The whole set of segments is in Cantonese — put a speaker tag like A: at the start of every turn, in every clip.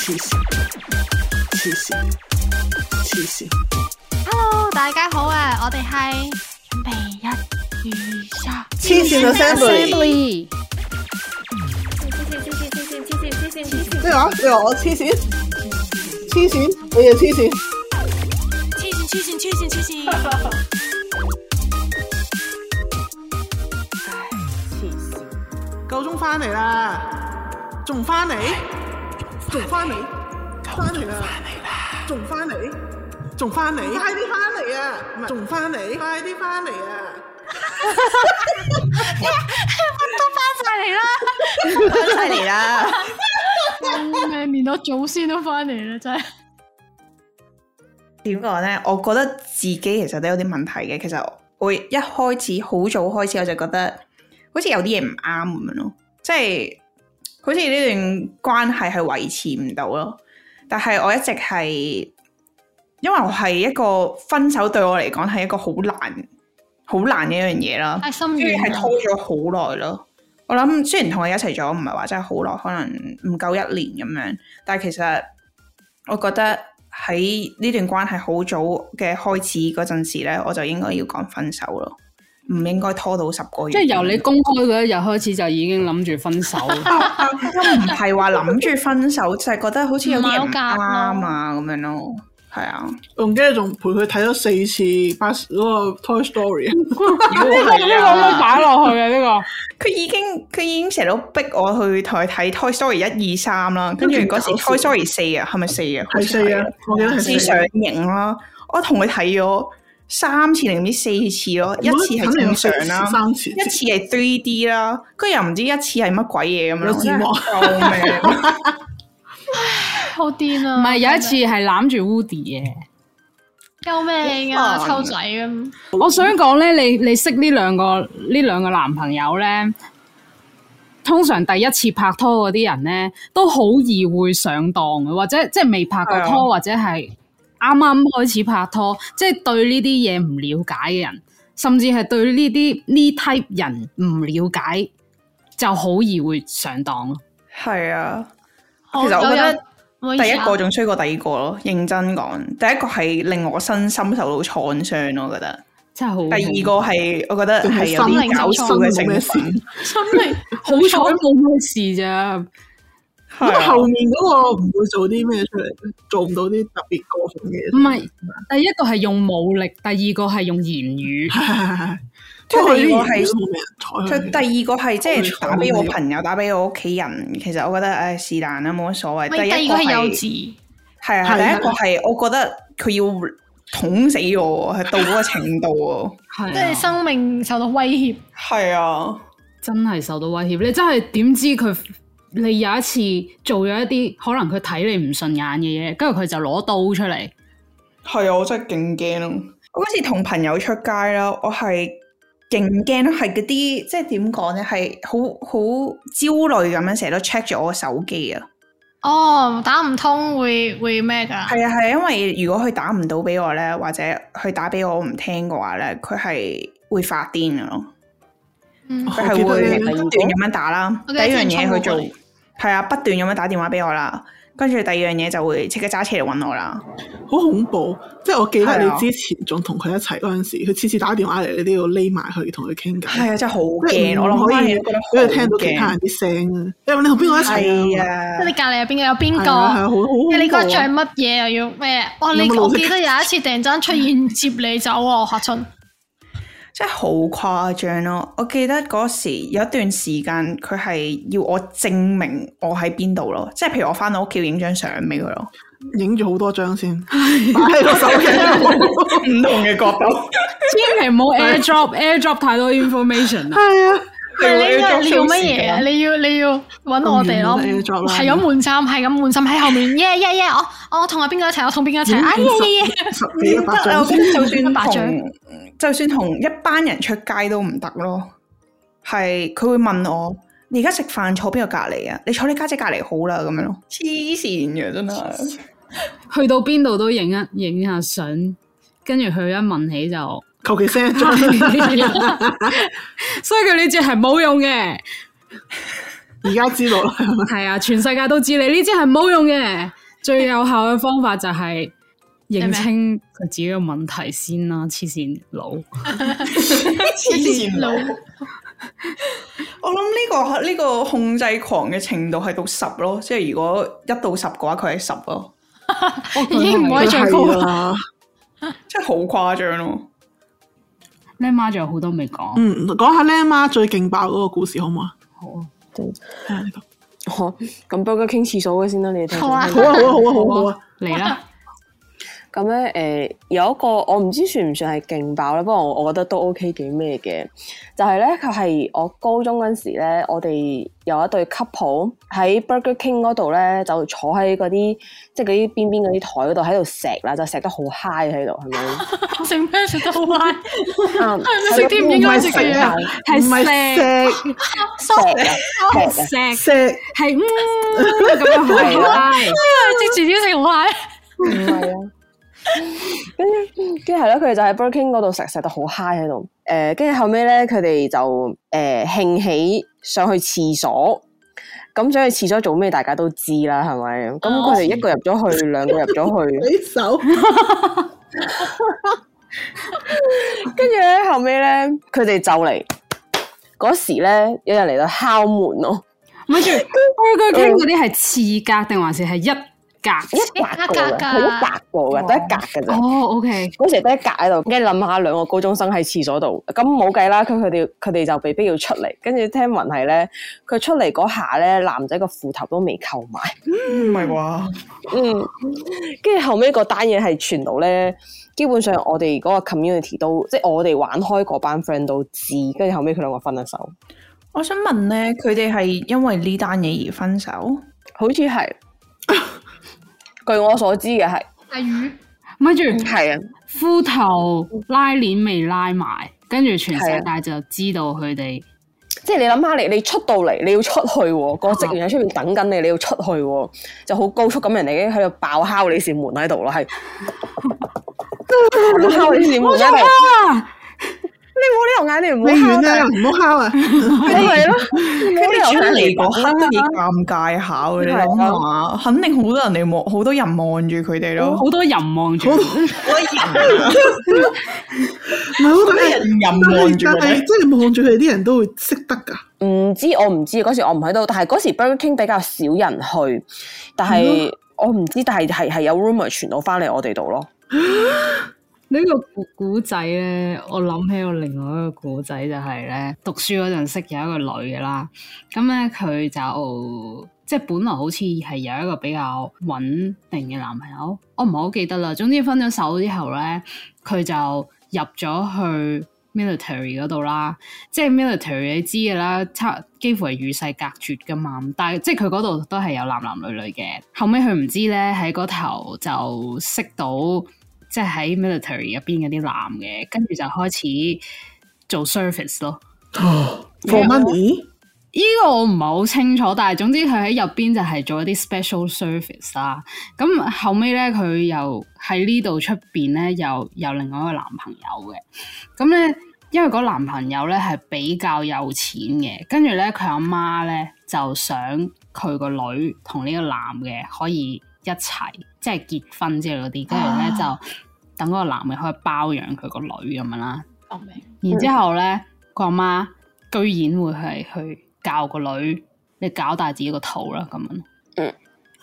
A: 黐線，黐線，黐線。
B: Hello，大家好啊！我哋係準備一、二、三，
A: 黐線 assembly，咩話？你話我黐線？黐線？你哋黐線？
B: 黐線黐線黐線黐線，
A: 夠鐘翻嚟啦，仲翻嚟？仲翻嚟？翻嚟啦！仲翻嚟？仲翻嚟？快啲翻嚟啊！唔係仲翻嚟？快啲翻嚟啊！
B: 都翻晒嚟啦！
C: 翻嚟啦！
B: 救命，哎連我祖先都翻嚟啦，真係。
C: 點講咧？我覺得自己其實都有啲問題嘅。其實我一開始好早開始我就覺得好似有啲嘢唔啱咁樣咯，即係好似呢段關係係維持唔到咯。但係我一直係因為我係一個分手對我嚟講係一個好難好難嘅一樣嘢啦。
B: 太心
C: 跟住
B: 軟
D: 嗯
C: 係
B: 啦
C: 拖咗好耐咯。我諗雖然同佢一齊咗，唔係話真係好耐，可能唔夠一年咁樣，但係其實我覺得喺呢段關係好早嘅開始嗰陣時咧，我就應該要講分手咯，唔應該拖到十個月。
D: 即係由你公開嗰一日開始就已經諗住分 手，
C: 都唔係話諗住分 手，就係覺得好似有啲嘢唔啱啊咁樣咯，係 啊。
A: 我唔記得仲陪佢睇咗四次巴士嗰個 Toy Story，啊
D: 呢個可以
C: 啊
D: 擺落去嘅呢
C: 佢已經佢已經成日都逼我去同佢睇 Toy Story 一二三啦，跟住嗰時
A: 都幾搞
C: Toy
A: 笑
C: Story 四啊，係咪四啊？好
A: 係
C: 似
A: 四啊，我記得
C: 先
A: 係四
C: 上。映啦，我同佢睇咗三次定唔知四次
A: 啊
C: 咯，一次係正常啦，
A: 三次，
C: 一次係 three D 啦，跟住又唔知一次係乜鬼嘢咁樣
A: 有字幕
C: 咯，救命！
B: 好癲
D: 個，
B: 啊！
D: 唔係有一次係攬住 Woody 嘅。
B: 救命啊！
C: 好煩啊
B: 溝仔咁，
D: 我想講咧，你你識呢兩個呢兩個男朋友咧，通常第一次拍拖嗰啲人咧，都好易會上當嘅，或者即係未拍過
C: 係啊
D: 拖，或者係啱啱開始拍拖，即係對呢啲嘢唔了解嘅人，甚至係對呢啲呢 type 人唔了解，就好易會上當咯。
C: 係啊，其
B: 好
C: 實我覺得
B: 有人
C: 第
B: 唔好意思
C: 一個
B: 啊
C: 仲衰過第二個咯，認真講，第一個係令我身心受到創傷咯，我覺得。
D: 真係好恐怖。
C: 第二個係我覺得係有
B: 心靈
C: 啲
B: 受
C: 搞笑
B: 創
C: 嘅
A: 冇
C: 成
A: 咩事
C: 分，
B: 真係
D: 好彩冇咩事咋。
C: 係
A: 咁
C: 啊
A: 後面嗰個唔會做啲咩出嚟，做唔到啲特別過分嘅嘢。
D: 唔係，第一個係用武力，第二個係用言語。
A: 係係係，
C: 即係
A: 呢
C: 第二
A: 啲
C: 個係
A: 都冇咩
C: 佢
A: 人睬佢。
C: 第二個係即係打俾我
A: 嗯
C: 朋友，打俾我屋企人。其實我覺得唉是但啦，冇乜所謂。
B: 喂，第
C: 一
B: 二個
C: 個
B: 係幼
C: 係
B: 稚，
C: 係啊，
A: 係
C: 第一個係我覺得佢要捅死我，係到嗰個程度
D: 係啊
B: 即係生命受到威脅。
C: 喎。係啊，
D: 真係受到威脅，你真係點知佢？你有一次做咗一啲可能佢睇你唔順眼嘅嘢，跟住佢就攞刀出嚟。
C: 係啊，我真係勁驚咯！我嗰次同朋友出街啦，我係勁驚咯，係嗰啲即係點講咧，係好好焦慮咁樣，成日都 check 住我手機啊。
B: 哦，打唔通會會咩㗎？
C: 係啊，係啊因為如果佢打唔到俾我咧，或者佢打俾我唔聽嘅話咧，佢係會發癲嘅咯。
B: 嗯
C: 佢
A: 哦
C: 係
A: 我記得你
C: 會不斷咁樣打啦。
B: 我
C: 第
B: 記
C: 一
B: 得
C: 樣嘢佢
B: 之
C: 做
B: 前衝
C: 係啊，不斷咁樣打電話俾我啦。跟住第二樣嘢就會即刻揸車嚟揾我啦。
A: 好恐怖！即係我記得
C: 係啊
A: 你之前仲同佢一齊嗰陣時，佢次次打電話嚟，你都要匿埋去同佢傾偈。
C: 係啊，真係好
A: 即係
C: 驚！
A: 唔
C: 我諗翻
A: 可
C: 起
A: 以
C: 都覺得
A: 俾
C: 好
A: 佢聽到其他人
C: 驚。
A: 啲聲啊！因為你同邊個一齊
C: 係
A: 啊？
C: 啊
B: 即係，你隔離有邊個有邊
A: 係啊，係啊
B: 個？
A: 好好恐
B: 即係你
A: 怖
B: 嗰着
A: 啊！
B: 乜嘢又要咩？哇！你
A: 有冇
B: 我
A: 老
B: 記得有一次突然間出現接你走喎，我嚇親。
C: 真係好誇張咯！我記得嗰時有一段時間，佢係要我證明我喺邊度咯，即係譬如我翻到屋企影張相俾佢 咯，
A: 影住好多張先，擺喺個手機 度。
C: 唔同嘅角度。
D: 千祈唔好 airdrop airdrop 太多 information
A: 係
D: 啦。
A: 啊，
B: 你你
C: 要
B: 要
C: 做
B: 你要乜
C: social
B: 嘢啊？
C: 時間
B: 你要你要揾我哋咯，
A: 咁遠嘅 job 啦
B: 係咁換衫，係咁換衫喺後面，耶耶耶！我我同阿邊個一齊，我同邊個一齊，啊耶耶耶！
A: 十
C: 唔
A: 幾
C: 得
A: 一百
C: 啊！
A: 張
C: 我覺得就
B: 一
C: 算
B: 百張
C: 同就算同一班人出街都唔得咯，係佢會問我：你而家食飯坐邊個隔離啊？你坐你家姐隔離好啦，咁樣咯。黐線啊嘅真係，
D: 去到邊度都影一影下相，跟住佢一問起 就，
A: 求其 send 一 張。
D: 所以佢呢隻係冇用嘅。
A: 而家 知道啦，
D: 系啊，全世界都知你呢招係冇用嘅，最有效嘅方法就係認清佢自己嘅問題先啦，黐線佬。
B: 哦
C: 黐線佬
B: 佬。
C: 我諗呢、個呢、個控制狂嘅程度係到十咯，即係如果一到十嘅話，佢係十咯，
B: 已經唔可以 再高
A: 係
D: 啊
B: 啦。
A: 啦。
C: 即係好誇張咯。
D: 你媽仲有好多未講，
A: 嗯，講下靚媽最勁爆嗰個故事好唔好啊？
D: 好啊，
A: 係啊你講
E: 哦，咁 Burger King 廁所嘅先啦，你哋聽
B: 好啊
A: 好啊，好啊，好啊，好啊好 啊！
D: 嚟啦，
E: 咁咧，誒、有一個我唔知算唔算係勁爆咧，不過我我覺得都 OK 幾咩嘅，就係咧佢係我高中嗰陣時咧，我哋有一對 couple 喺 Burger King 嗰度咧，就坐喺嗰啲即係嗰啲邊邊嗰啲台嗰度喺度錫啦，就錫得好 high 喺度，係咪？
B: 我食咩食得好歪，
E: 啱
B: 係咪食啲唔應該食嘅
A: 啊
B: 嘢？
D: 係
A: 唔
D: 錫
A: 係
E: 錫啊錫啊！
A: 石
D: 錫
A: 石，
D: 係嗯
B: 啊
D: 咁樣
E: 係啦
D: 好 high
B: 即住啲食好歪。
E: 唔係啊，跟住跟住係咯，佢哋就喺 Burger King 嗰度食食到好 high 喺度。誒、跟住後尾咧，佢哋就誒興、起上去廁所。咁想去廁所做咩？大家都知啦，係咪？咁佢哋一個入咗去，兩個入咗去。
A: 你手
E: 跟住咧，後尾咧，佢哋就嚟嗰時咧，有人嚟到敲門咯，
D: 咪住 Burger King 嗰啲係次格定還是係一格？
E: 一格個
B: 一格㗎
E: 嘅，佢一格個嘅，得一格嘅啫。
D: 哦，OK，
E: 嗰時得一格喺度，跟住諗下兩個高中生喺廁所度，咁冇計啦，佢佢哋佢哋就被逼要出嚟，跟住聽聞係咧，佢出嚟嗰下咧，男仔個褲頭都未扣埋，
C: 唔係啩？
E: 嗯，跟住後尾嗰單嘢係傳到咧，基本上我哋嗰個 community 都，即係我哋玩開嗰班 friend 都知，跟住後尾佢兩個分咗手，
C: 我想問咧，佢哋係因為呢單嘢而分手？
E: 好似係， 據我所知嘅係，
B: 阿魚，
D: 咪住
E: 係啊，
D: 褲頭拉鏈未拉埋，跟住全世界就知道佢哋。
E: 即係你諗下，你你出到嚟，你要出去喎，個職員喺出面等緊你，你要出去喎，就好高速咁，人哋已經喺度爆敲你扇門喺度啦，係爆敲你扇門喺度，
D: 啊！
E: 你冇理由嗌你唔
A: 你
E: 好敲
A: 遠
E: 㗎，
A: 啊，唔好敲啊！
E: 係咯，你冇理由
C: 出嚟
E: 嗌
C: 啊
E: 你
C: 嗰刻都幾
E: 講
C: 尷尬下嘅，你諗下，肯定好多人嚟望，好多人望住佢哋咯，
D: 好多人望住，
A: 唔係好
C: 好多
A: 大
C: 人人
A: 但
C: 望
A: 係
C: 住
A: 但
C: 佢
A: 係
C: 哋。
A: 即係望住佢哋啲人都會識得㗎。
E: 唔知我唔知嗰時我唔喺度，但係嗰時 Burger King 比較少人去，但係我唔知，但係係係有 rumor 傳到翻嚟我哋度咯。
D: 呢個古古仔咧，我諗起我另外一個古仔就係咧，讀書嗰陣識有一個女嘅啦，咁咧佢就即係本來好似係有一個比較穩定嘅男朋友，我唔係好記得啦。總之分咗手之後咧，佢就入咗去 military 嗰度啦，即係 military 你知嘅啦，差幾乎係與世隔絕噶嘛。但係即係佢嗰度都係有男男女女嘅。後尾佢唔知咧喺嗰頭就識到即係喺 military 入邊嗰啲男嘅，跟住就開始做 service 咯。
A: 哦 For money，
D: 呢個我唔係好清楚，但係總之佢喺入邊就係做一啲 special service 啦。咁後尾咧，佢又喺呢度出邊咧，又有另外一個男朋友嘅。咁咧，因為嗰男朋友咧係比較有錢嘅，跟住咧佢阿媽咧就想佢個女同呢個男嘅可以一齊，即係結婚之類嗰啲，跟住咧就等嗰個男嘅可以包養佢個女咁樣啦。
B: 救命！
A: 嗯
D: 然之後咧，個阿媽居然會係去教個女，你搞大自己個肚啦咁樣。
E: 嗯，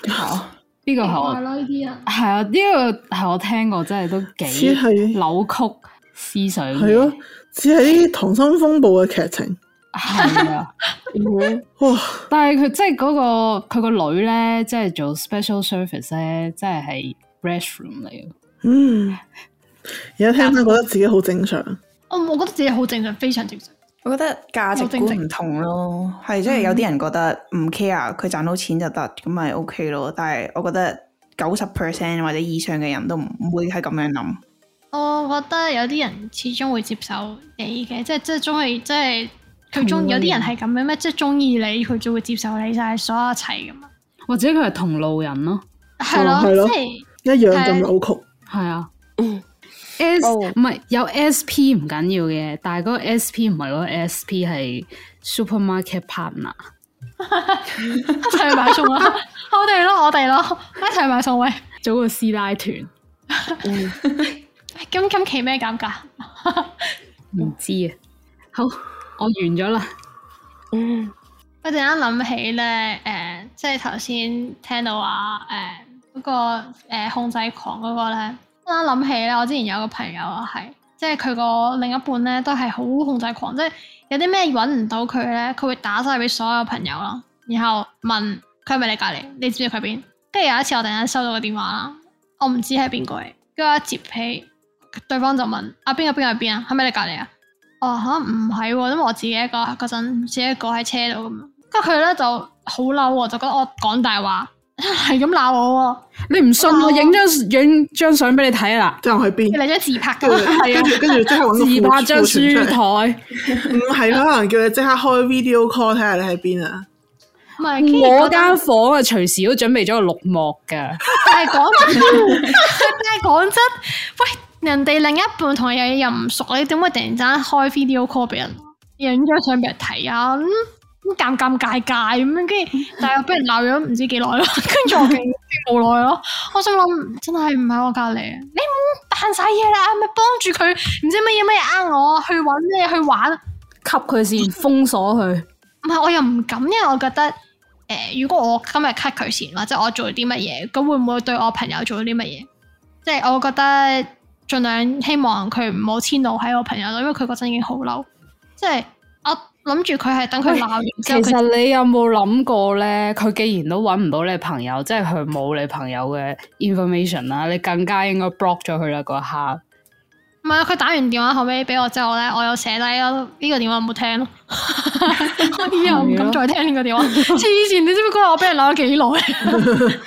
D: 呢個係我
A: 哦
B: 咯呢啲啊，
D: 係啊，呢個係我聽過，真係都幾
A: 似係
D: 扭曲思想嘅。
A: 係咯，只係啲溏心風暴嘅劇情。
D: 係啊。
E: 嗯
A: 哇！
D: 但係佢即係嗰、個佢個女咧，即係做 special service 咧，即係係 restroom 嚟嘅。
A: 嗯，而家聽翻覺得自己好正常。
B: 我我覺得自己好正常，非常正常。
C: 我覺得價值觀唔同咯，係即係有啲人覺得唔 care，佢賺到錢就得，咁咪 OK 咯。但係我覺得九十 percent 或者以上嘅人都唔唔會係咁樣諗。
B: 我覺得有啲人始終會接受你嘅，即係即係中意，即係佢中有啲人係啊咁樣咩？即係中意你，佢就會接受你晒所有一切噶嘛。
D: 或者佢係同路人咯。
B: 係
A: 係
B: 咯，
A: 咯
B: 即係
A: 一樣咁扭曲。
D: 係 啊。
E: 嗯
D: S
E: 哦
D: 唔係有 SP 唔緊要嘅，但係嗰個 SP 唔係嗰個 SP 係 supermarket partner，
B: 一齊去買餸 啦！我哋咯，我哋咯，一齊去買餸喂！
D: 組個師奶團，
B: 咁今期咩減價？
D: 唔知啊。好，我完咗啦。
E: 嗯，
B: 我突然間諗起咧，誒、即係頭先聽到話誒嗰個、呃、控制狂嗰個咧，突然間諗起咧，我之前有個朋友啊，係即係佢個另一半咧，都係好控制狂，即係有啲咩揾唔到佢咧，佢會打晒俾所有朋友咯，然後問佢係咪你隔離，你知唔知佢邊？跟住有一次我突然間收到個電話啦，我唔知係邊個嚟，跟住我一接起，對方就問啊邊個邊個係邊啊，係咪你隔離啊？哦吓，唔係喎，因為我自己一個嗰陣，自己一個喺車度咁樣，跟住佢咧就好嬲喎，就覺得我講大話， 係咁鬧我
D: 你唔信
B: 我
D: 我
B: 影
D: 影張影張相俾你睇啦，
A: 就去邊
B: 喎，？你張自拍
A: 跟
B: 㗎
A: 住
B: 嘛，
A: 跟住跟住即刻揾個
D: 啊自拍
A: 庫
D: 張
A: 庫存出嚟，
D: 書台。
A: 唔係佢可能叫你即刻開 video call 睇下你喺邊 啊！
B: 唔係，跟住
D: 我
B: 嗰
D: 間
B: 陣
D: 房啊，隨時都準備咗個綠幕噶。
B: 但係講真，但係講真，喂，人哋另一半同你又唔熟，你點會突然之間開 video call 俾人，影張相俾人睇啊？咁、咁尷尷尬尬咁樣，跟住但係又俾人鬧咗唔知幾耐咯， 跟住我勁勁無奈咯。我心諗真係唔喺我隔離，啊你唔好扮晒嘢啦，咪幫住佢，唔知乜嘢乜嘢呃我去揾咩去玩。
D: 吸佢先，封鎖佢。
B: 唔係，我又唔敢，因為我覺得誒、呃如果我今日 cut 佢先，或者我做啲乜嘢，咁會唔會對我朋友做啲乜嘢？即係我覺得盡量希望佢唔好遷怒喺我朋友度，因為佢嗰陣已經好嬲。即係我諗住佢係等佢鬧完之
D: 其
B: 後，佢
D: 實你有冇諗過咧？佢既然都揾唔到你朋友，即係佢冇你朋友嘅 information 啦，你更加應該 block 咗佢啦嗰一刻。
B: 唔係啊佢打完電話後尾俾我之後咧，我有寫低咯，呢個電話唔好聽咯。我以後唔敢再聽呢個電話。 黐線，你知唔知嗰日我俾人鬧咗幾耐？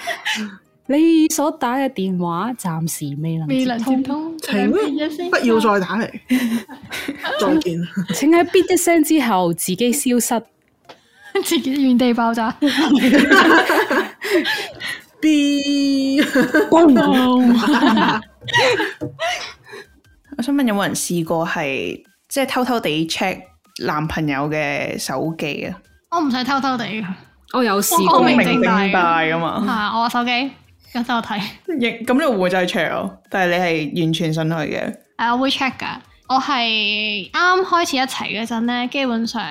D: 你所打嘅電話暫時未能
B: 未
D: 接
B: 能接
D: 通，
B: 通，
A: 請不要 再打嚟，再見。
D: 請喺嗶一聲之後自己消失。
B: 自己原地爆炸。
A: B
C: 我想問有冇人試過係即係偷偷地 check 男朋友嘅手機啊？
B: 我唔使偷偷地嘅。
D: 我有試
B: 光
D: 過，
B: 明
C: 明
B: 正
C: 正
B: 大
C: 大噶嘛？
B: 啊！我手機咁等我睇，
C: 亦咁你會唔會真係 check 啊？但係你係完全信佢嘅，
B: 誒我會 check 噶。我係啱啱開始一齊嗰陣咧，基本上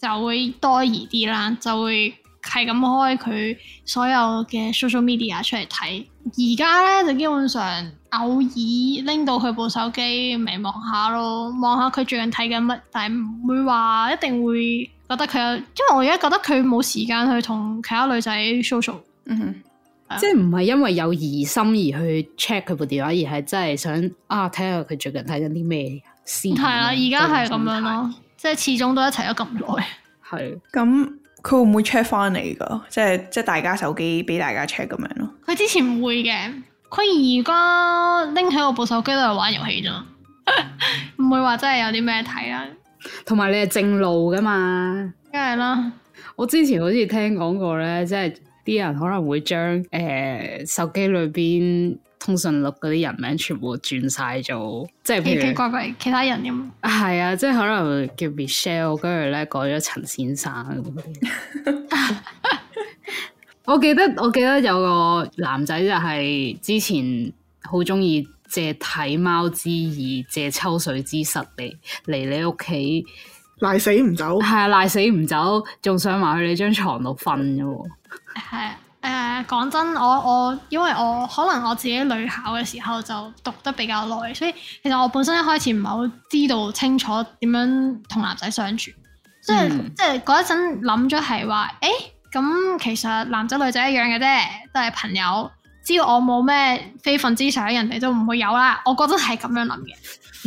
B: 就會多疑啲啦，就會係咁開佢所有嘅 social media 出嚟睇。而家咧就基本上偶爾拎到佢部手機咪望下咯，望下佢最近睇緊乜，但係唔會話一定會覺得佢有，因為我而家覺得佢冇時間去同其他女仔 social。
C: 嗯哼，
D: 即係唔係因為有疑心而去 check 佢部電話，而係真係想啊睇下佢最近睇緊啲咩先。
B: 係啦，而家係咁樣
D: 嗰種
B: 咯，即係始終都一齊咗咁耐。
D: 心態。係。
C: 咁佢會唔會 check 翻你噶？即係即係大家手機俾大家 check 咁樣咯？
B: 佢之前唔會嘅，佢而家拎起我部手機都係玩遊戲啫嘛，唔會話真係有啲咩睇啦，
D: 同埋你係正路噶嘛？
B: 梗係啦。
D: 我之前好似聽講過咧，即係啲人可能會將誒、呃手機裏邊通訊錄嗰啲人名全部轉晒做，即係
B: 奇
D: 譬
B: 奇
D: 如
B: 怪怪其他人咁，
D: 係啊，即係可能會叫 Michelle，跟住咧改咗陳先生咁啲。 我記得我記得有個男仔就係之前好中意借睇貓之意、借抽水之實嚟嚟你屋企。
A: 賴死唔 走，
D: 係啊，賴死唔走，仲上埋去你張床度瞓嘅喎。
B: 係誒講真，我我因為我可能我自己女校嘅時候就讀得比較耐，所以其實我本身一開始唔係好知道清楚點樣同男仔相處，即係、
D: 嗯
B: 即係嗰一陣諗咗係話，誒咁其實男仔女仔一樣嘅啫，都係朋友。只要我冇咩非分之想，人哋都唔會有啦。我嗰陣係咁樣諗嘅。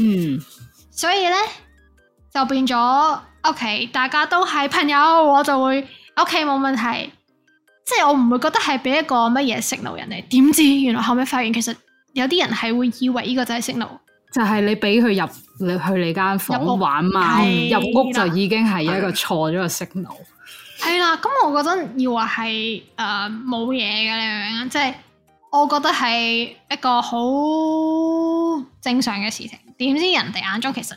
D: 嗯，
B: 所以咧就變咗 OK，大家都係朋友，我就會 OK 冇問題。即係我唔會覺得係俾一個乜嘢 signal 人哋，點知原來後尾發現其實有啲人係會以為呢個就係 signal，
D: 就係你俾佢入你去你間
B: 入屋
D: 房玩嘛，
B: 係
D: 入屋
B: 啦
D: 就已經係一個錯咗個 signal。
B: 係啦。咁我嗰陣以為係誒冇嘢嘅，你明唔明啊？即係我覺得係一個好正常嘅事情，點知人哋眼中其實誒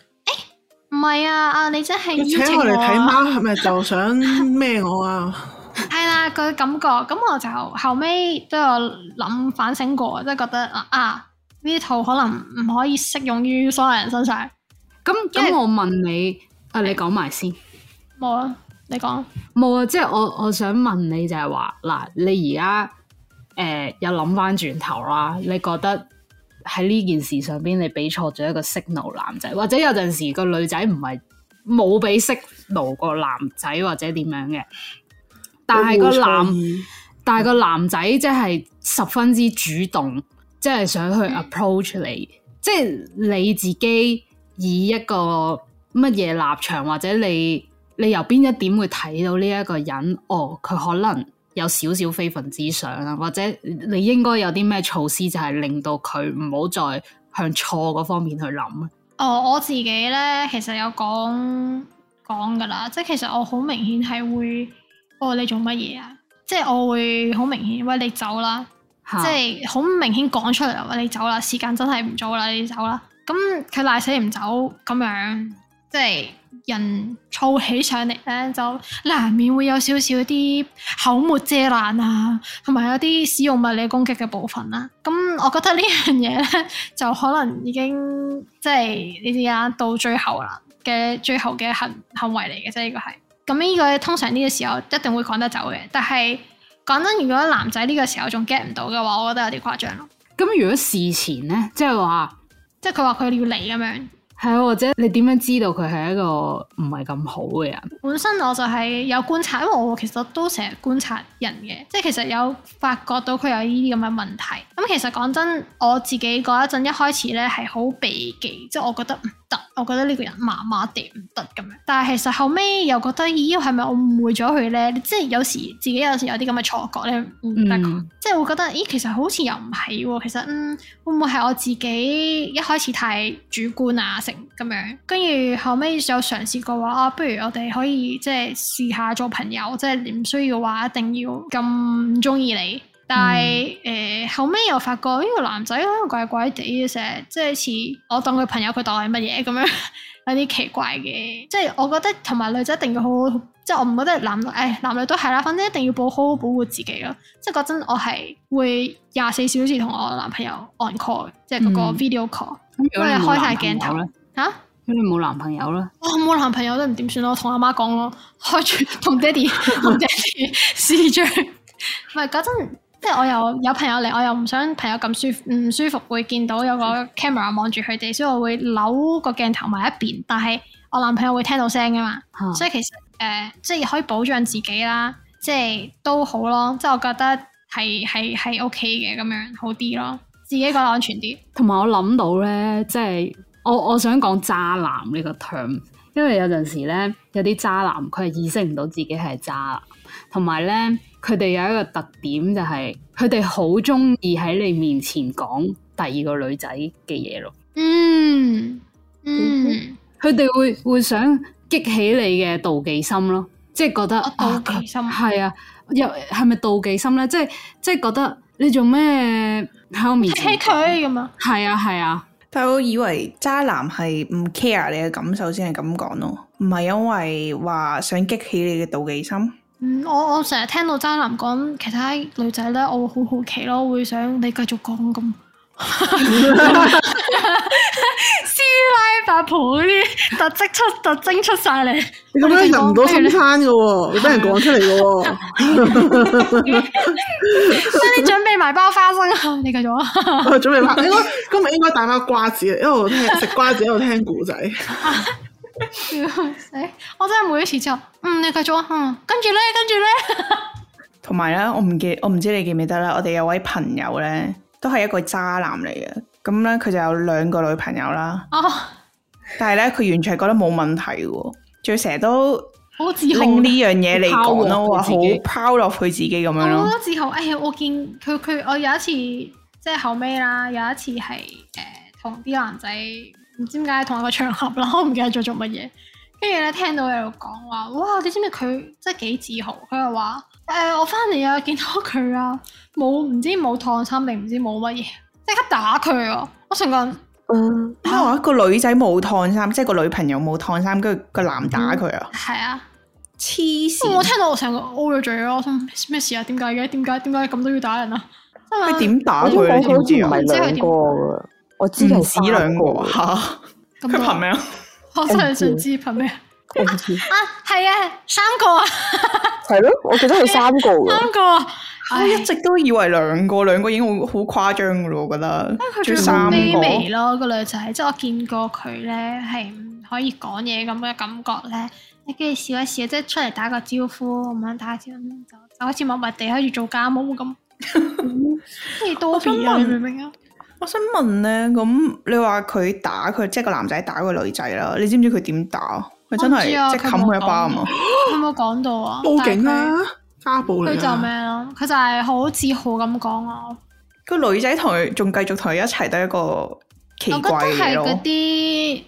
B: 唔係啊，啊你真係邀
A: 佢請
B: 請
A: 我嚟睇
B: 啊
A: 貓，係咪就想咩我 啊？
B: 係啦，個感覺咁我就後尾都有諗反省過，即係覺得啊啊呢套可能唔可以適用於所有人身上。
D: 咁
B: 因為
D: 咁，我問你，啊，你講埋先。
B: 冇啊，你講
D: 冇啊，即係我我想問你就係話，嗱，你而家誒又諗翻轉頭啦，你覺得喺呢件事上邊，你俾錯咗一個 signal 男仔，或者有陣時個女仔唔係冇俾 signal 個男仔或者點樣嘅，但係個
A: 都冇錯
D: 男
A: 意
D: 但係個男仔即係十分之主動，即係想
A: 嗯
D: 去 approach 你，即係你自己以一個乜嘢立場，或者你你由邊一點會睇到呢一個人？哦，佢可能有少少非分之想啦，或者你應該有啲咩措施，就係令到佢唔好再向錯嗰方面去諗。啊
B: 哦，我自己咧其實有講講噶啦，即係其實我好明顯係會哦你做乜嘢啊？即係我會好明顯，喂你走啦。
D: 嚇
B: 即係好明顯講出嚟啦，喂你走啦，時間真係唔早啦，你走啦。咁佢賴死唔走咁樣，即係人燥起上嚟咧，就難免會有少少啲口沫遮攔啊，同埋有啲使用物理攻擊嘅部分啦。咁我覺得呢樣嘢咧，就可能已經即係你知啦，到最後啦嘅最後嘅行行為嚟嘅啫，呢個係。咁呢個通常呢個時候一定會講得走嘅，但係。講真，如果男仔呢個時候仲 get 唔到嘅話，我覺得有啲誇張咯。
D: 咁，如果事前咧，即係話。
B: 即係佢話佢要嚟咁樣，
D: 係啊，或者你點樣知道佢係一個唔係咁好嘅人？
B: 本身我就係有觀察，因為我其實都成日觀察人嘅，即係其實有發覺到佢有呢啲咁嘅問題。咁其實講真，我自己嗰一陣一開始咧係好避忌，即係我覺得唔得，我覺得呢個人麻麻地唔得咁樣。但係其實後尾又覺得，咦係咪我誤會咗佢咧？即係有時自己有時有啲咁嘅錯覺咧，唔得佢。
D: 嗯
B: 即係會覺得，咦，其實好似又唔係喎，其實嗯，會唔會係我自己一開始太主觀啊，成咁樣，跟住後尾有嘗試過話啊，不如我哋可以即係試下做朋友，即係唔需要話一定要咁唔中意你。但係誒、呃、後尾又發覺呢個男仔可能怪怪地嘅，成日即係似我當佢朋友，佢當我係乜嘢咁樣。 有啲奇怪嘅，即係我覺得同埋女仔一定要好好，即係我唔覺得男女，誒男女都係啦，反正一定要保好好保護自己咯。即係嗰陣我係會廿四小時同我男朋友 on call 嘅，即係嗰個
D: 嗯
B: video call
D: 咁如果
B: 因
D: 你
B: 為
D: 冇
B: 開晒
D: 男
B: 鏡
D: 朋
B: 頭
D: 友咧，
B: 嚇、
D: 咁你冇男朋友咧，
B: 哇！冇男朋友都唔點算咯，同阿媽講咯，開住 同爹哋同爹哋試著。唔係嗰陣，即係我又有朋友嚟，我又唔想朋友咁舒服唔舒服，會見到有個 camera 望住佢哋，所以我會扭個鏡頭埋一邊。但係我男朋友會聽到聲噶嘛，
D: 嚇
B: 所以其實誒、呃即係可以保障自己啦，即係都好咯。即係我覺得係係係 OK 嘅咁樣，好啲咯，自己覺得安全啲。
D: 同埋我諗到咧，即係我我想講渣男呢個 term，因為有陣時咧有啲渣男佢係意識唔到自己係渣男，同埋咧佢哋有一個特點就係佢哋好中意喺你面前講第二個女仔嘅嘢咯，
B: 嗯嗯，
D: 佢哋會會想激起你嘅妒忌心咯，即係覺得
B: 啊
D: 啊
B: 妒忌心
D: 佢係啊，又係咪妒忌心咧？即係即係覺得你做咩喺我面
B: 睇起
D: 前？
B: 佢咁啊！
D: 係啊係啊。
C: 但我以為渣男係唔 care 你嘅感受先係咁講咯，唔係因為話想激起你嘅妒忌心。
B: 嗯，我我成日聽到渣男講其他女仔咧，我會好好奇咯，會想你繼續講咁。師奶八婆嗰啲特徵出特徵出晒嚟，
A: 你咁樣入唔到深山嘅喎，你俾人講出嚟嘅 喎。
B: 即係你準備埋包花生啊！你繼續 啊，
A: 我準備拍，應該今日應該大把瓜子，一路 聽食瓜子一路聽古仔。
B: 屌死！哎我真係每一次之後，嗯，你繼續啊，嗯，跟住咧，跟住咧，
C: 同埋咧，我唔記，我唔知你記唔記得啦。我哋有位朋友咧，都係一個渣男嚟嘅。咁咧，佢就有兩個女朋友啦，
B: 哦，
C: 但係咧，佢完全係覺得冇問題嘅喎，仲要成日都
B: 好自豪啊。
C: 拎呢樣嘢嚟講咯，話好
D: 拋落佢自己
C: 拋落佢自己咁樣
B: 我好
C: 咯。
B: 多自豪，哎呀！我見佢佢我有一次即係後尾啦，有一次係誒同啲男仔唔知點解同一個場合啦，我 唔記得咗做乜嘢。跟住咧聽到喺度講話，哇！你知唔知佢真係幾自豪？佢又話誒我翻嚟啊，見到佢啊，冇唔知冇燙衫定唔知冇乜嘢，即刻打佢啊！我成個人
E: 嗯，
C: 啊，個女仔冇燙衫，即係個女朋友冇燙衫，跟住個男打佢啊！
B: 係啊，
C: 黐
B: 我
C: 線，
B: 聽到我成個 O 咗嘴咯，我心咩事啊？點解嘅？點解點解咁都要打人啊？真
C: 佢
B: 係
C: 點打
E: 我聽
C: 佢？
E: 講
C: 你
E: 佢好似
C: 知唔知
E: 唔
C: 啊？
E: 係
B: 知佢
E: 兩
B: 點
E: 個噶，我知
C: 唔
E: 係
C: 止兩個
E: 三
C: 嚇，
B: 咁
C: 佢
B: 多
C: 憑咩啊？
B: 我真係想知憑咩啊？
E: 個，我唔知
B: 啊，係啊，三個啊，
E: 係咯，我記得佢三個噶。
B: 三個啊，
C: 我
B: 唉
C: 一直都以為兩個兩個已經好好誇張噶咯，我覺得
B: 啊佢。
C: 仲
B: 最
C: 要三
B: 卑
C: 個，
B: 微咯，個女仔，即係我見過佢咧，係唔可以講嘢咁嘅感覺咧，你跟住笑一笑，即係出嚟打個招呼咁樣，打個招呼就就好似默默地喺度做家務咁，即係多比啊，
C: 我想問
B: 你明唔明啊？
C: 我想問咧，咁你話佢打佢，即係個男仔打個女仔啦，你知唔知佢點打？佢真
B: 我唔知
C: 係
B: 啊
C: 即係冚佢一巴啊嘛！
B: 佢冇講到啊，
A: 報警
B: 但係
A: 啦，家暴嚟
B: 佢！
A: 啊
B: 佢就咩咯？佢就係好自豪咁講啊！
C: 個女仔同佢仲繼續同佢一齊，都係一個奇
B: 我覺得
C: 怪嘅嘢
B: 係
C: 咯
B: 嗰。啲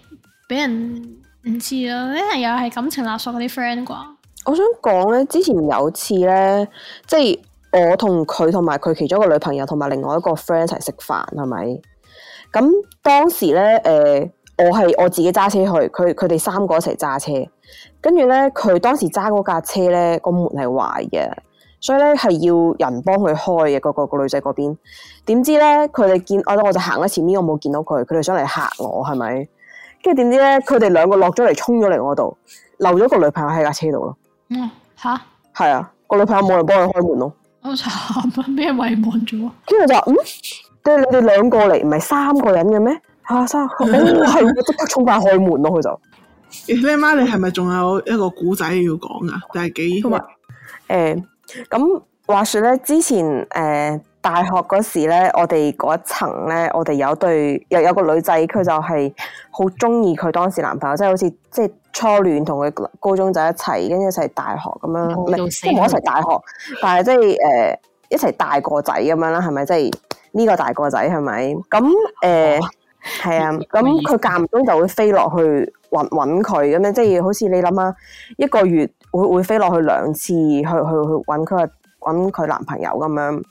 B: 俾人唔知啦，啲人又係感情勒索嗰啲 friend 啩。
E: 我想講咧，之前有次咧，即係我同佢同埋佢其中一個女朋友同埋另外一個 friend 一齊食飯，係咪？咁當時咧，誒、我係我自己揸車去，佢佢哋三個一齊揸車，跟住咧，佢當時揸嗰架車咧，個門係壞嘅，所以咧係要人幫佢開嘅，個個個女仔嗰邊。點知咧，佢哋見啊我，我就行喺前面，我冇見到佢，佢哋想嚟嚇我，係咪？跟住點知咧，佢哋兩個落咗嚟，衝咗嚟我度，留咗個女朋友喺架車度咯。
B: 嗯，吓，
E: 系啊，個女朋友冇人幫佢開門咯。
B: 好慘啊！俾人遺忘咗。
E: 跟住我就話嗯，對你哋兩個嚟，唔係三個人嘅咩？吓三 個，哦係喎，即刻衝快開門咯，佢就
A: 你阿媽，你係咪仲有一個古仔要講啊？定係幾？
E: 同埋诶咁、話说咧，之前诶、誒大學嗰時咧，我哋嗰一層咧，我哋有對有有個女仔，佢就係好中意佢當時男朋友，即係好似即係初戀，同佢高中仔一齊，跟住一齊大學咁樣，唔
D: 冇哦到
E: 係
D: 死
E: 即係冇一齊大學，但係即係诶一齊大個仔咁樣啦，係咪？即係呢個大個仔係咪？咁诶。誒係啊，咁佢間唔中就會飛落去揾揾佢咁樣，即係好似你諗下，一個月會會飛落去兩次去去去揾佢揾佢男朋友咁樣，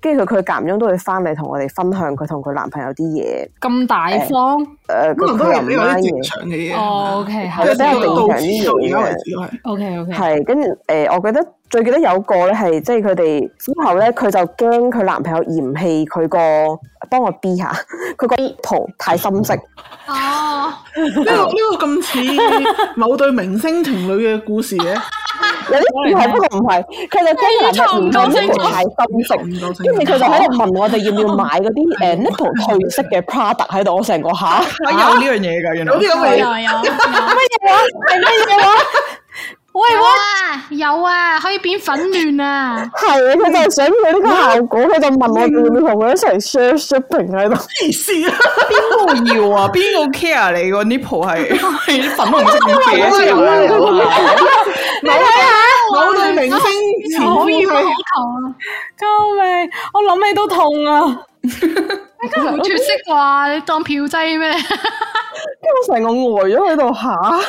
E: 跟住佢佢間唔中都會翻嚟同我哋分享佢同佢男朋友啲嘢，
D: 咁大方
E: 誒
A: 可能
E: 佢
A: 都
E: 佢又
A: 係
E: 唔
A: 呢個
E: 拉
A: 啊啲正
E: 嘢，啊
A: 常嘅嘢。
D: 哦，OK，
A: 係咪
D: 係
E: 比較正常
A: 到
E: 啲嘢
A: 到而家為止都係。
D: ，OK OK，
E: 係跟住誒，我記得最記得有個咧係即係佢哋之後咧，佢就驚佢男朋友嫌棄佢個幫我 B 嗯下 佢個圖太深色。
B: 哦，
A: 呢個呢個咁似某對明星情侶嘅故事嘅，
E: 有啲唔係，不過唔係，佢就驚男人唔夠 nipple 太深 色，
A: 唔夠
E: 跟住佢就喺度問我哋要唔要買嗰啲
A: 係
E: 誒 nipple 褪色嘅 Prada 喺度，我成個嚇
C: 啊有呢樣嘢㗎，原來
A: 有啲咁
B: 有
D: 哦
A: 嘅
B: 有
A: 嘢。
B: 有
E: 咩話 係咩嘢話？喂
B: 有啊，有啊，可以變粉亂啊！
E: 係啊，佢就係想要呢個效果，佢就問我哋要唔要同佢一齊 share shopping 喺度。
A: 黐線啊！
C: 邊個要啊？邊個 care 你個 nipple 係係粉紅色嘅嘢
A: 有啊有
C: 有啊？
A: 你
D: 哦
A: 睇下，某對明星前夫
B: 可以可
A: 係
B: 求啊！
D: 救命！我諗起都痛啊！
B: 應該唔會脱色啩？你當票劑咩？
E: 跟住我成個呆咗喺度嚇。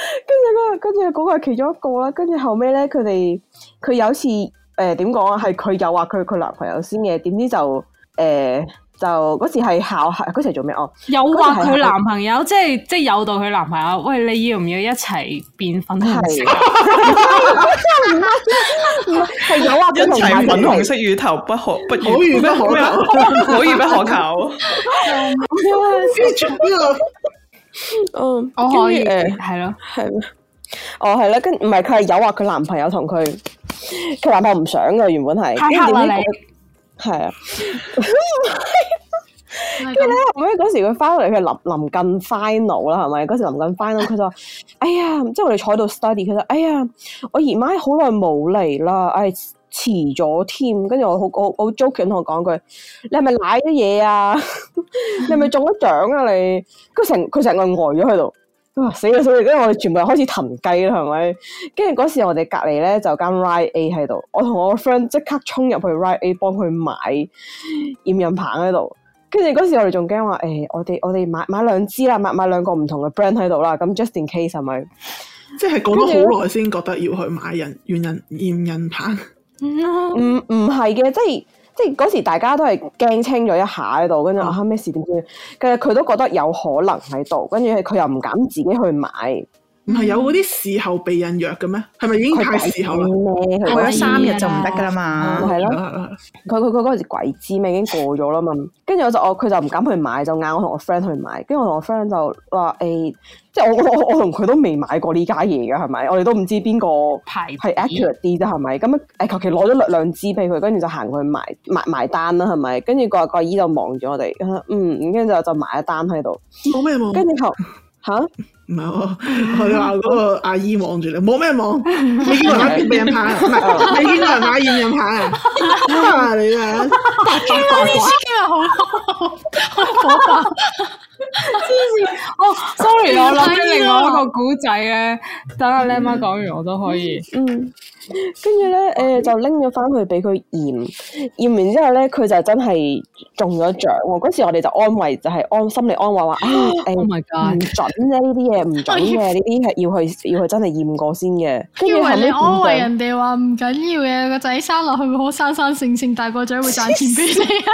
E: 跟住嗰個跟住嗰個係其中一個啦，跟住後尾咧，佢哋佢有一次誒點講啊，係佢有話佢佢男朋友先嘅，點知就誒、就嗰時係校嗰時係做咩哦？
D: 誘惑佢男朋友，即係即係誘導佢男朋友，喂，你要唔要一齊變粉紅 色啊？
E: 係有啊，
C: 一
E: 佢同埋
C: 齊粉紅色乳頭不可不如
A: 可遇不可求
C: 可遇不可求。
A: 呢個
E: 嗯，
D: 我哦可以
E: 跟住誒
D: 係咯，
E: 係咩？哦，係啦，跟唔係佢係有話佢男朋友同佢，佢男朋友唔想嘅原本係，
D: 太
E: 跟住
D: 黑
E: 點知
D: 啦你
E: 佢。係啊，
B: 係
E: 跟住咧
B: 咁
E: 後尾嗰時佢翻嚟，佢臨臨近 final 啦，係咪？嗰時臨近 final，佢就話：哎呀，即係我哋坐喺度 study，佢就哎呀，我姨媽好耐冇嚟啦，唉、遲咗添。跟住我好好好 joke 咁同我講句：你係咪賴咗嘢啊？ 你係咪中咗獎啊你？佢成佢成個人呆咗喺度。佢話死啦死啦！跟住我哋全部人開始騰雞啦，係咪？跟住嗰時我哋隔離咧就有間 Rite A 喺度，我同我個 friend 即刻衝入去 Rite A 幫佢買驗孕棒喺度。跟住嗰時我哋仲驚話誒，我哋我哋買買兩支啦，買買兩個唔同嘅 brand 喺度啦。咁 just in case 係咪？
A: 即係過咗好耐先覺得要去買人驗人驗孕棒。
D: 嗯
E: 唔唔係嘅，即係即係嗰時大家都係驚清咗一下喺度，跟住啊咩事點點，跟住佢都覺得有可能喺度，跟住佢又唔敢自己去買，
A: 唔係有嗰啲事後避孕藥嘅咩？係咪已經
E: 佢
A: 太
E: 鬼
A: 事
E: 知
A: 後啦？啊
E: 咩？佢
C: 過
E: 嗰
C: 咗
E: 時
C: 啊三日就唔得噶啦嘛。
E: 係咯。佢佢佢嗰陣時鬼知咩已經過咗啦嘛，跟住我就我佢就唔敢去買，就嗌我同我 friend 去買，跟住我同我 friend 就話誒、即係我我我我同佢都未買過呢家嘢㗎係咪？我哋都唔知邊個
D: 牌子
B: 嗯
E: 係 accurate 啲啫係咪？咁啊誒求其攞咗兩兩支俾佢，跟住就行過去埋埋埋單啦係咪？跟住個個阿姨就望住我哋，嗯，跟住就就埋一單喺度，
A: 冇咩望，
E: 跟住
B: 嗯
E: 後嚇。
A: 唔係我我話嗰個阿姨望住你，冇咩望，你見過人打避孕牌啊？唔係，你見過人打驗孕牌啊？啊你啊，
D: 哦，sorry，我諗起另外一個古仔咧，等阿靚媽講完我都可以。
E: 嗯，跟住咧，誒、
B: 嗯
E: 就拎咗翻去俾佢驗，驗完之後咧，佢就真係中咗獎喎。嗰時我哋就安慰，就係、安心理安慰話啊，
B: 哦
E: 誒
D: Oh my
E: 唔
D: god！
E: 準啫，呢啲嘢唔準嘅，呢啲係要去要去真係驗過先嘅。跟
B: 以
E: 住後
B: 為你
E: 尾
B: 安慰
E: 驗咗
B: 人哋話唔緊要嘅，個仔生落去會好生生性性，大個仔會賺錢俾你 啊！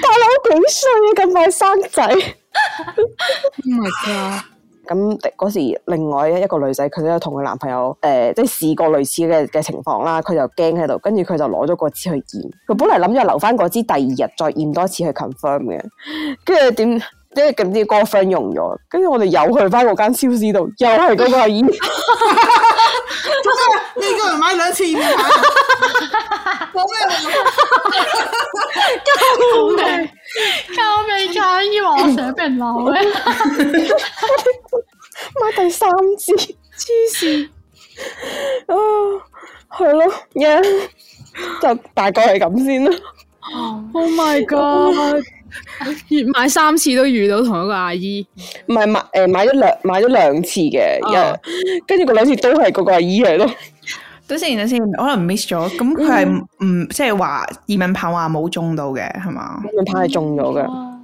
E: 大佬幾歲啊？咁快生仔？
D: 嗯 Oh
E: 咁嗰時，另外一個女仔佢都有同佢男朋友誒、即係試過類似嘅嘅情況啦。佢就驚喺度，跟住佢就攞咗嗰支去驗。佢本嚟諗住留翻嗰支，第二日再驗多次去 confirm 嘅。跟住點？即係咁啲嗰個 friend 用咗，跟住我哋又去翻嗰間超市度，又係嗰個 阿姨。
A: 啊你叫人買兩次驗孕牌啊，冇咩望。
B: 救命！救命！救命！以為我成日俾人鬧咧，
E: 買第三支，黐線 啊！係咯，yeah，就大概係咁先啦。
D: Oh my god！買三次都遇到同一個阿姨，
E: 唔係買誒買咗兩買咗兩次嘅，
D: 哦
E: 一跟住嗰兩次都係嗰個阿姨嚟咯。
C: 等先，等先，可能 miss 咗。咁佢係唔即係話移民棒話冇中到嘅係嘛？
E: 咁樣太中咗嘅，
B: 哇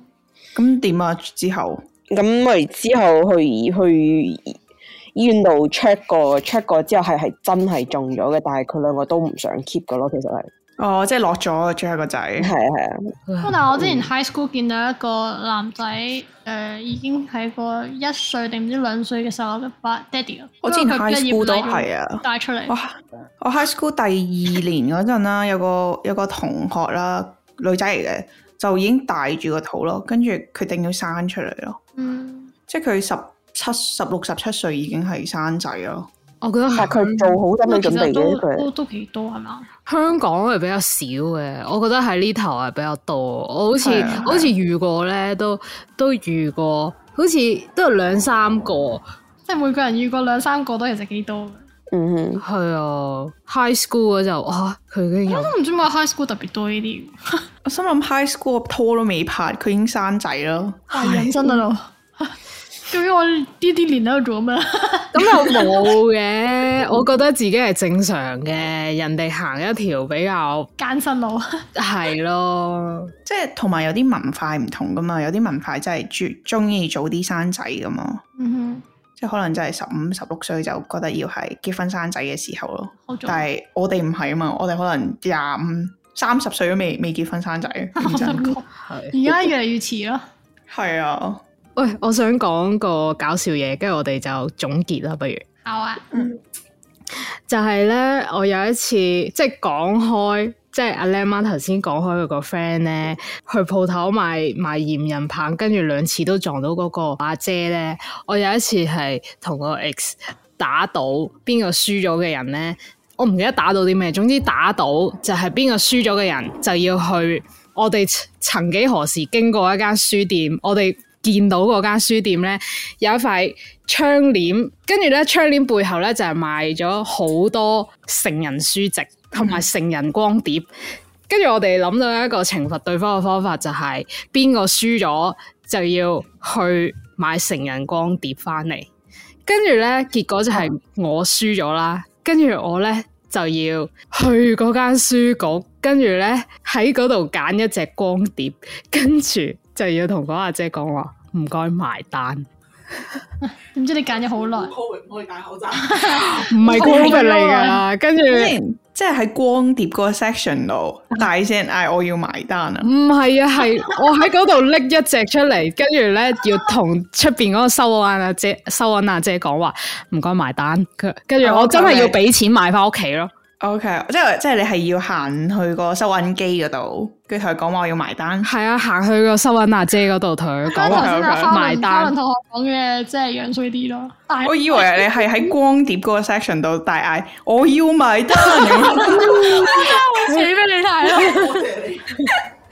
C: 咁點啊？之後
E: 咁我哋之後去去醫院度 check 過，check 過之後係係真係中咗嘅，但係佢兩個都唔想 keep 嘅咯，其實係
C: 哦，即係落咗最後一個仔
E: 係。啊係啊，
B: 不過但係我之前 high school 見到一個男仔，誒、已經喺個一歲定唔知兩歲嘅時候攞咗把 daddy
C: 我之前
B: 因為佢
C: high
B: 畢業
C: school 都
B: 禮咗
C: 係啊
B: 帶出嚟
C: 我。我 high school 第二年嗰陣啦， 有個有個同學啦，女仔嚟嘅，就已經大住個肚咯，跟住決定要生出嚟咯，
B: 嗯，
C: 即係佢十七、十六、十七歲已經係生仔咯。
D: 我覺得
E: 但係佢做好心理
B: 其
E: 準備
B: 實都
E: 嘅
B: 都
E: 佢。
B: 都幾多係嘛？
D: 香港係比較少嘅，我覺得喺呢頭係比較多。我好似
C: 係啊
D: 我好似遇過咧，都都遇過，好似都有兩三個。
B: 即係每個人遇過兩三個都其實幾多嘅。
E: 嗯哼，
D: 係啊，high school 嗰就哇，佢已經有
B: 我都唔知點解 high school 特別多呢啲，
C: 我心諗 high school 個拖都未拍，佢已經生仔咯。
B: 哇！人真啊咯， 究竟我呢啲年喺度做咩？
D: 咁又冇嘅，我覺得自己係正常嘅，人哋行一條比較
B: 艱辛路，
D: 係咯，
C: 即係同埋有啲文化唔同噶嘛，有啲文化真係中中意早啲生仔噶嘛，
B: 嗯
C: 即係可能真係十五、十六歲就覺得要係結婚生仔嘅時候咯。
B: 哼，好做。
C: 但係我哋唔係啊嘛，我哋可能廿五、三十歲都未未結婚生 仔，認真
D: 係。啊
B: 而家越嚟越遲咯。
C: 係啊，
D: 喂，我想講個搞笑嘢，跟住我哋就總結啦，不如。
B: 好啊，
D: 就係咧，我有一次即係講開，即係阿靚媽頭先講開佢個 friend 咧，去鋪頭買買驗孕棒，跟住兩次都撞到嗰個阿姐咧。我有一次係同個 ex 打賭，邊個輸咗嘅人咧，我唔記得打到啲咩，總之打賭就係邊個輸咗嘅人就要去。我哋曾曾幾何時經過一間書店，我哋見到嗰間書店咧有一塊窗簾，跟住咧窗簾背後咧就係、賣咗好多成人書籍同埋成人光碟。跟住我哋諗到一個懲罰對方嘅方法就係邊個輸咗就要去買成人光碟翻嚟。跟住咧，結果就係我輸咗啦。跟住我咧就要去嗰間書局，跟住咧喺嗰度揀一隻光碟，跟住就要同嗰阿姐講話唔該埋單。
B: 點知你揀咗好耐，
A: Covid 唔可以戴口罩，
D: 唔係啊 Covid 嚟噶，跟住
C: 即係即係喺光碟嗰個 section 度
D: 嗯
C: 大聲嗌我要埋單啊！
D: 唔係啊，係 我喺嗰度拎一隻出嚟，跟住咧要同出边嗰個收銀阿姐、收銀阿姐講話，唔該埋單。佢跟住我真係要俾錢買翻屋企咯。
C: OK，即係即係你係要行去個收銀機嗰度，跟住同佢講話我要埋單。
D: 係啊，行去個收銀阿姐嗰度同佢
B: 翻頭
D: 講話
B: 先阿
D: 佢
B: 花輪
D: 埋
B: 花輪
D: 單。
B: 同學講嘅即係樣衰啲咯，但
C: 我
B: 係
C: 以為你係喺光碟嗰個 section 度大嗌我要埋單，
B: 死俾你睇啊咯，
A: 多謝你。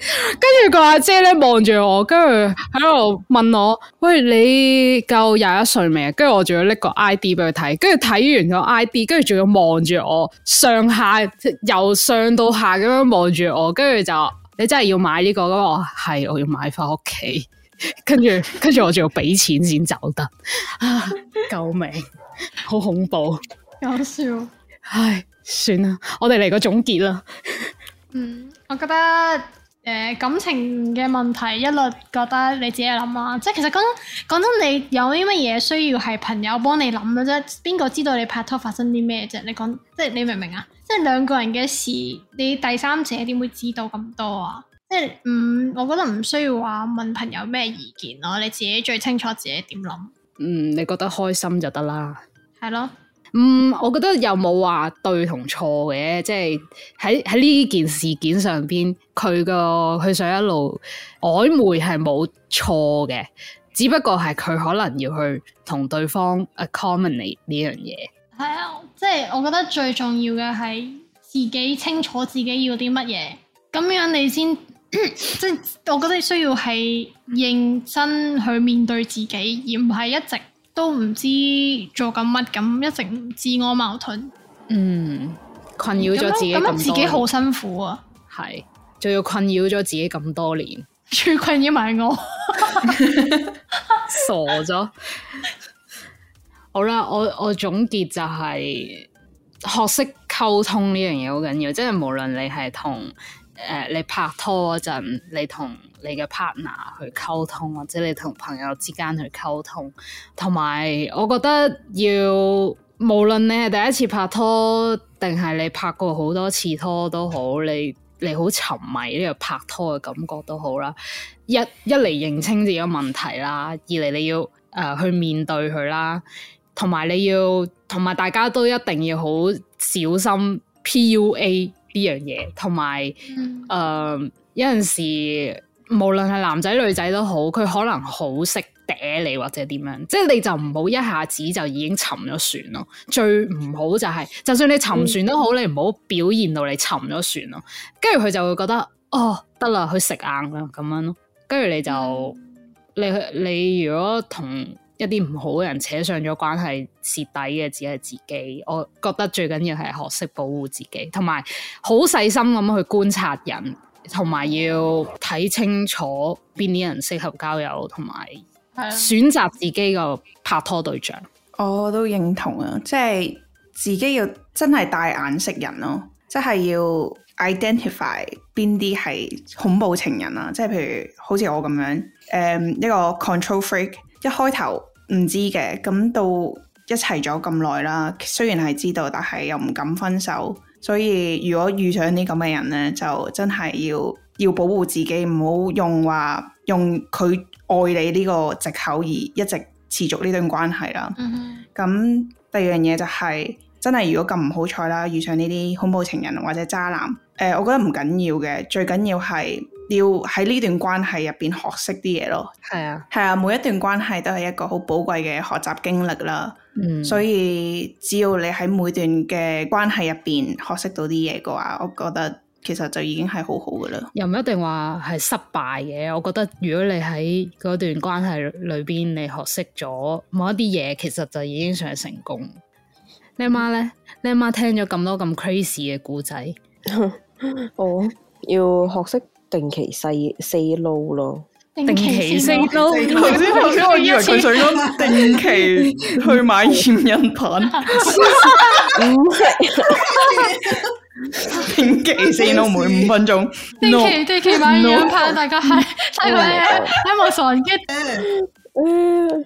D: 跟住個阿姐咧望住我，跟住喺度問我：喂，你夠廿一歲未啊？跟住我仲要拎個 I D 俾佢睇，跟住睇完個 I D，跟住仲要望住我上下由上到下咁樣望住我，跟住就話你真係要買呢、個咁我係我要買翻屋企， 跟住跟住我仲要俾錢先走得，啊救命，好恐怖！
B: 搞笑。
D: 唉，算啦，我哋嚟個總結啦。
B: 嗯，我覺得誒、呃感情嘅問題一律覺得你自己諗啦，即係其實講講真，你有啲乜嘢需要係朋友幫你諗嘅啫，邊個知道你拍拖發生啲咩啫？你講即係你明唔明啊？即係兩個人嘅事，你第三者點會知道咁多啊？即係唔、我覺得唔需要話問朋友咩意見咯，你自己最清楚自己點諗，
D: 嗯，你覺得開心就得啦。
B: 係咯。
D: 嗯，我覺得又冇話對同錯嘅，即係喺喺呢件事件上邊，佢個佢想一路曖昧係冇錯嘅，只不過係佢可能要去同對方 accommodate 呢樣嘢。
B: 係啊，即係我覺得最重要嘅係自己清楚自己要啲乜嘢，咁樣你先 即係我覺得需要係認真去面對自己，而唔係一直都唔知做緊乜咁，一直唔自我矛盾，
D: 嗯，困擾咗自己
B: 咁樣咁
D: 咁
B: 樣
D: 多
B: 自己好
D: 年
B: 辛苦啊，
D: 係，仲要困擾咗自己咁多年，
B: 最困擾埋我。
D: 傻咗。好啦，我我總結就係、學識溝通呢樣嘢好緊要，即係無論你係同誒你拍拖嗰陣，你同你嘅 partner 去溝通，或者你同朋友之間去溝通，同埋我覺得要無論你係第一次拍拖，定係你拍過好多次拖都好，你你好沉迷呢個拍拖嘅感覺都好啦。一一嚟認清自己嘅問題啦，二嚟你要誒、呃去面對佢啦。同埋你要，同埋大家都一定要好小心 PUA 呢樣嘢，同埋
B: 嗯
D: 誒呃有陣時，無論係男仔女仔都好，佢可能好識嗲你或者點樣，即係你就唔好一下子就已經沉咗船咯。最唔好就係、就算你沉船都好，你唔好表現到你沉咗船咯，跟住佢就會覺得哦得啦，佢食硬啦咁樣咯，跟住你就。你你如果同一啲唔好嘅人扯上咗關係，蝕底嘅只係自己。我覺得最緊要係學識保護自己，同埋好細心咁去觀察人，同埋要睇清楚邊啲人適合交友，同埋
B: 係啊
D: 選擇自己個拍拖對象。
C: 我都認同啊！即係自己要真係帶眼識人咯，即係要 identify 邊啲係恐怖情人啊！即係譬如好似我咁樣，誒、一個 control freak，一開頭唔知嘅，咁到一齊咗咁耐啦，雖然係知道，但係又唔敢分手。所以如果遇上啲咁嘅人呢，就真係要要保護自己，唔好用話用佢愛你呢個藉口而一直持續呢段關係啦。
B: 嗯
C: 咁第二樣嘢就係、真係如果咁唔好彩啦，遇上呢啲恐怖情人或者渣男，誒、呃我覺得唔緊要嘅，最緊要係要喺呢段關係入邊學識啲嘢咯。
D: 係啊，
C: 係啊，每一段關係都係一個好寶貴嘅學習經歷啦。
D: 嗯，
C: 所以只要你喺每段嘅關係入邊學識到啲嘢嘅話，我覺得其實就已經係好好噶啦。
D: 又唔一定話係失敗嘅，我覺得如果你喺嗰段關係裏邊，你學識咗某一啲嘢，其實就已經算係成功。你阿媽咧，你阿媽聽咗咁多咁 crazy 嘅故仔，
E: 我哦要學識定期細 say no 咯。
B: 定
D: 定期
B: 期
D: say
B: 先咯
D: no，
C: 頭先頭先我以為佢想講定期去買驗孕棒。
E: 唔係
C: 定期先咯，每五分鐘。
B: 定
C: No
B: 期定期買
C: No
B: 樣派，大家係大家喺喺網上嘅
E: 嗯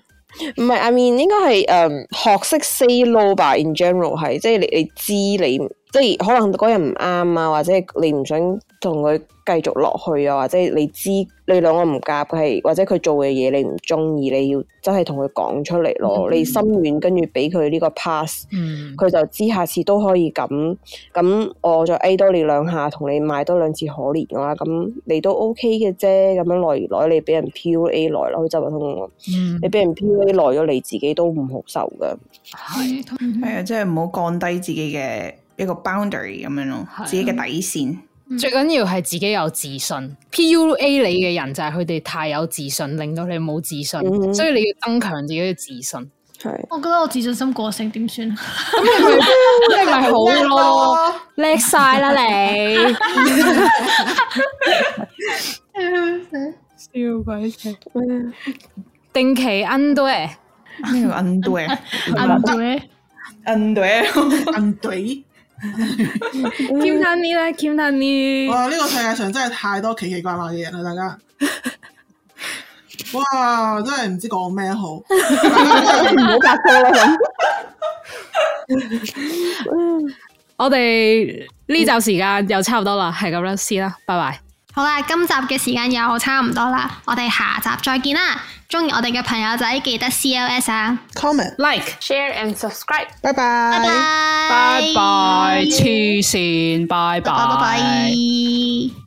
E: 唔係，I mean 應該係誒、嗯學識 say no 吧。In general 係即係你你知你即係可能嗰人唔啱啊，或者你唔想同佢繼續落去啊，或者你知你兩個唔夾，佢係或者佢做嘅嘢你唔中意，你要真係同佢講出嚟咯。你心軟跟住俾佢呢個 pass，
D: 嗯，
E: 佢就知下次都可以咁。咁我再 A 多你兩下，同你買多兩次可憐嘅話，咁你都 OK 嘅啫。咁樣耐而耐，你俾人 PUA 耐啦，佢就話同我。
D: 嗯
E: 你俾人 PUA 耐咗，你自己都唔好受噶。
F: 係同
C: 系啊，即係唔好降低自己嘅一個 boundary 咁樣咯
G: 係，啊
C: 自己嘅底線。
D: 最緊要係自己有自信。PUA 你嘅人就係佢哋太有自信，令到你冇自信，
E: 嗯哼
D: 所以你要增強自己嘅自信。
E: 系，
F: 我覺得我自信心過剩點算？啊
D: 咁你咪好咯， 叻晒啦 你！笑鬼死！定期 under
C: 呢個 underwear，underwear，
F: 對，
A: 硬隊。
D: Kim Tani 啦，Kim Tani，
A: 哇！呢、個世界上真係太多奇奇怪怪嘅人啊啦，大 家。哇！真係唔知講咩好。
E: 唔好拍拖啦咁。
D: 我哋呢集時間又差唔多啦，係咁啦，先啦，拜拜。
F: 好啦，今集嘅時間又差唔多啦，我哋下集再見啦！中意我哋嘅朋友仔記得 CLS 啊，
A: Comment，
D: Like，
H: share and subscribe.
A: 拜
F: 拜
A: 拜。
F: 拜，
D: 拜拜，黐線，拜
F: 拜拜拜拜。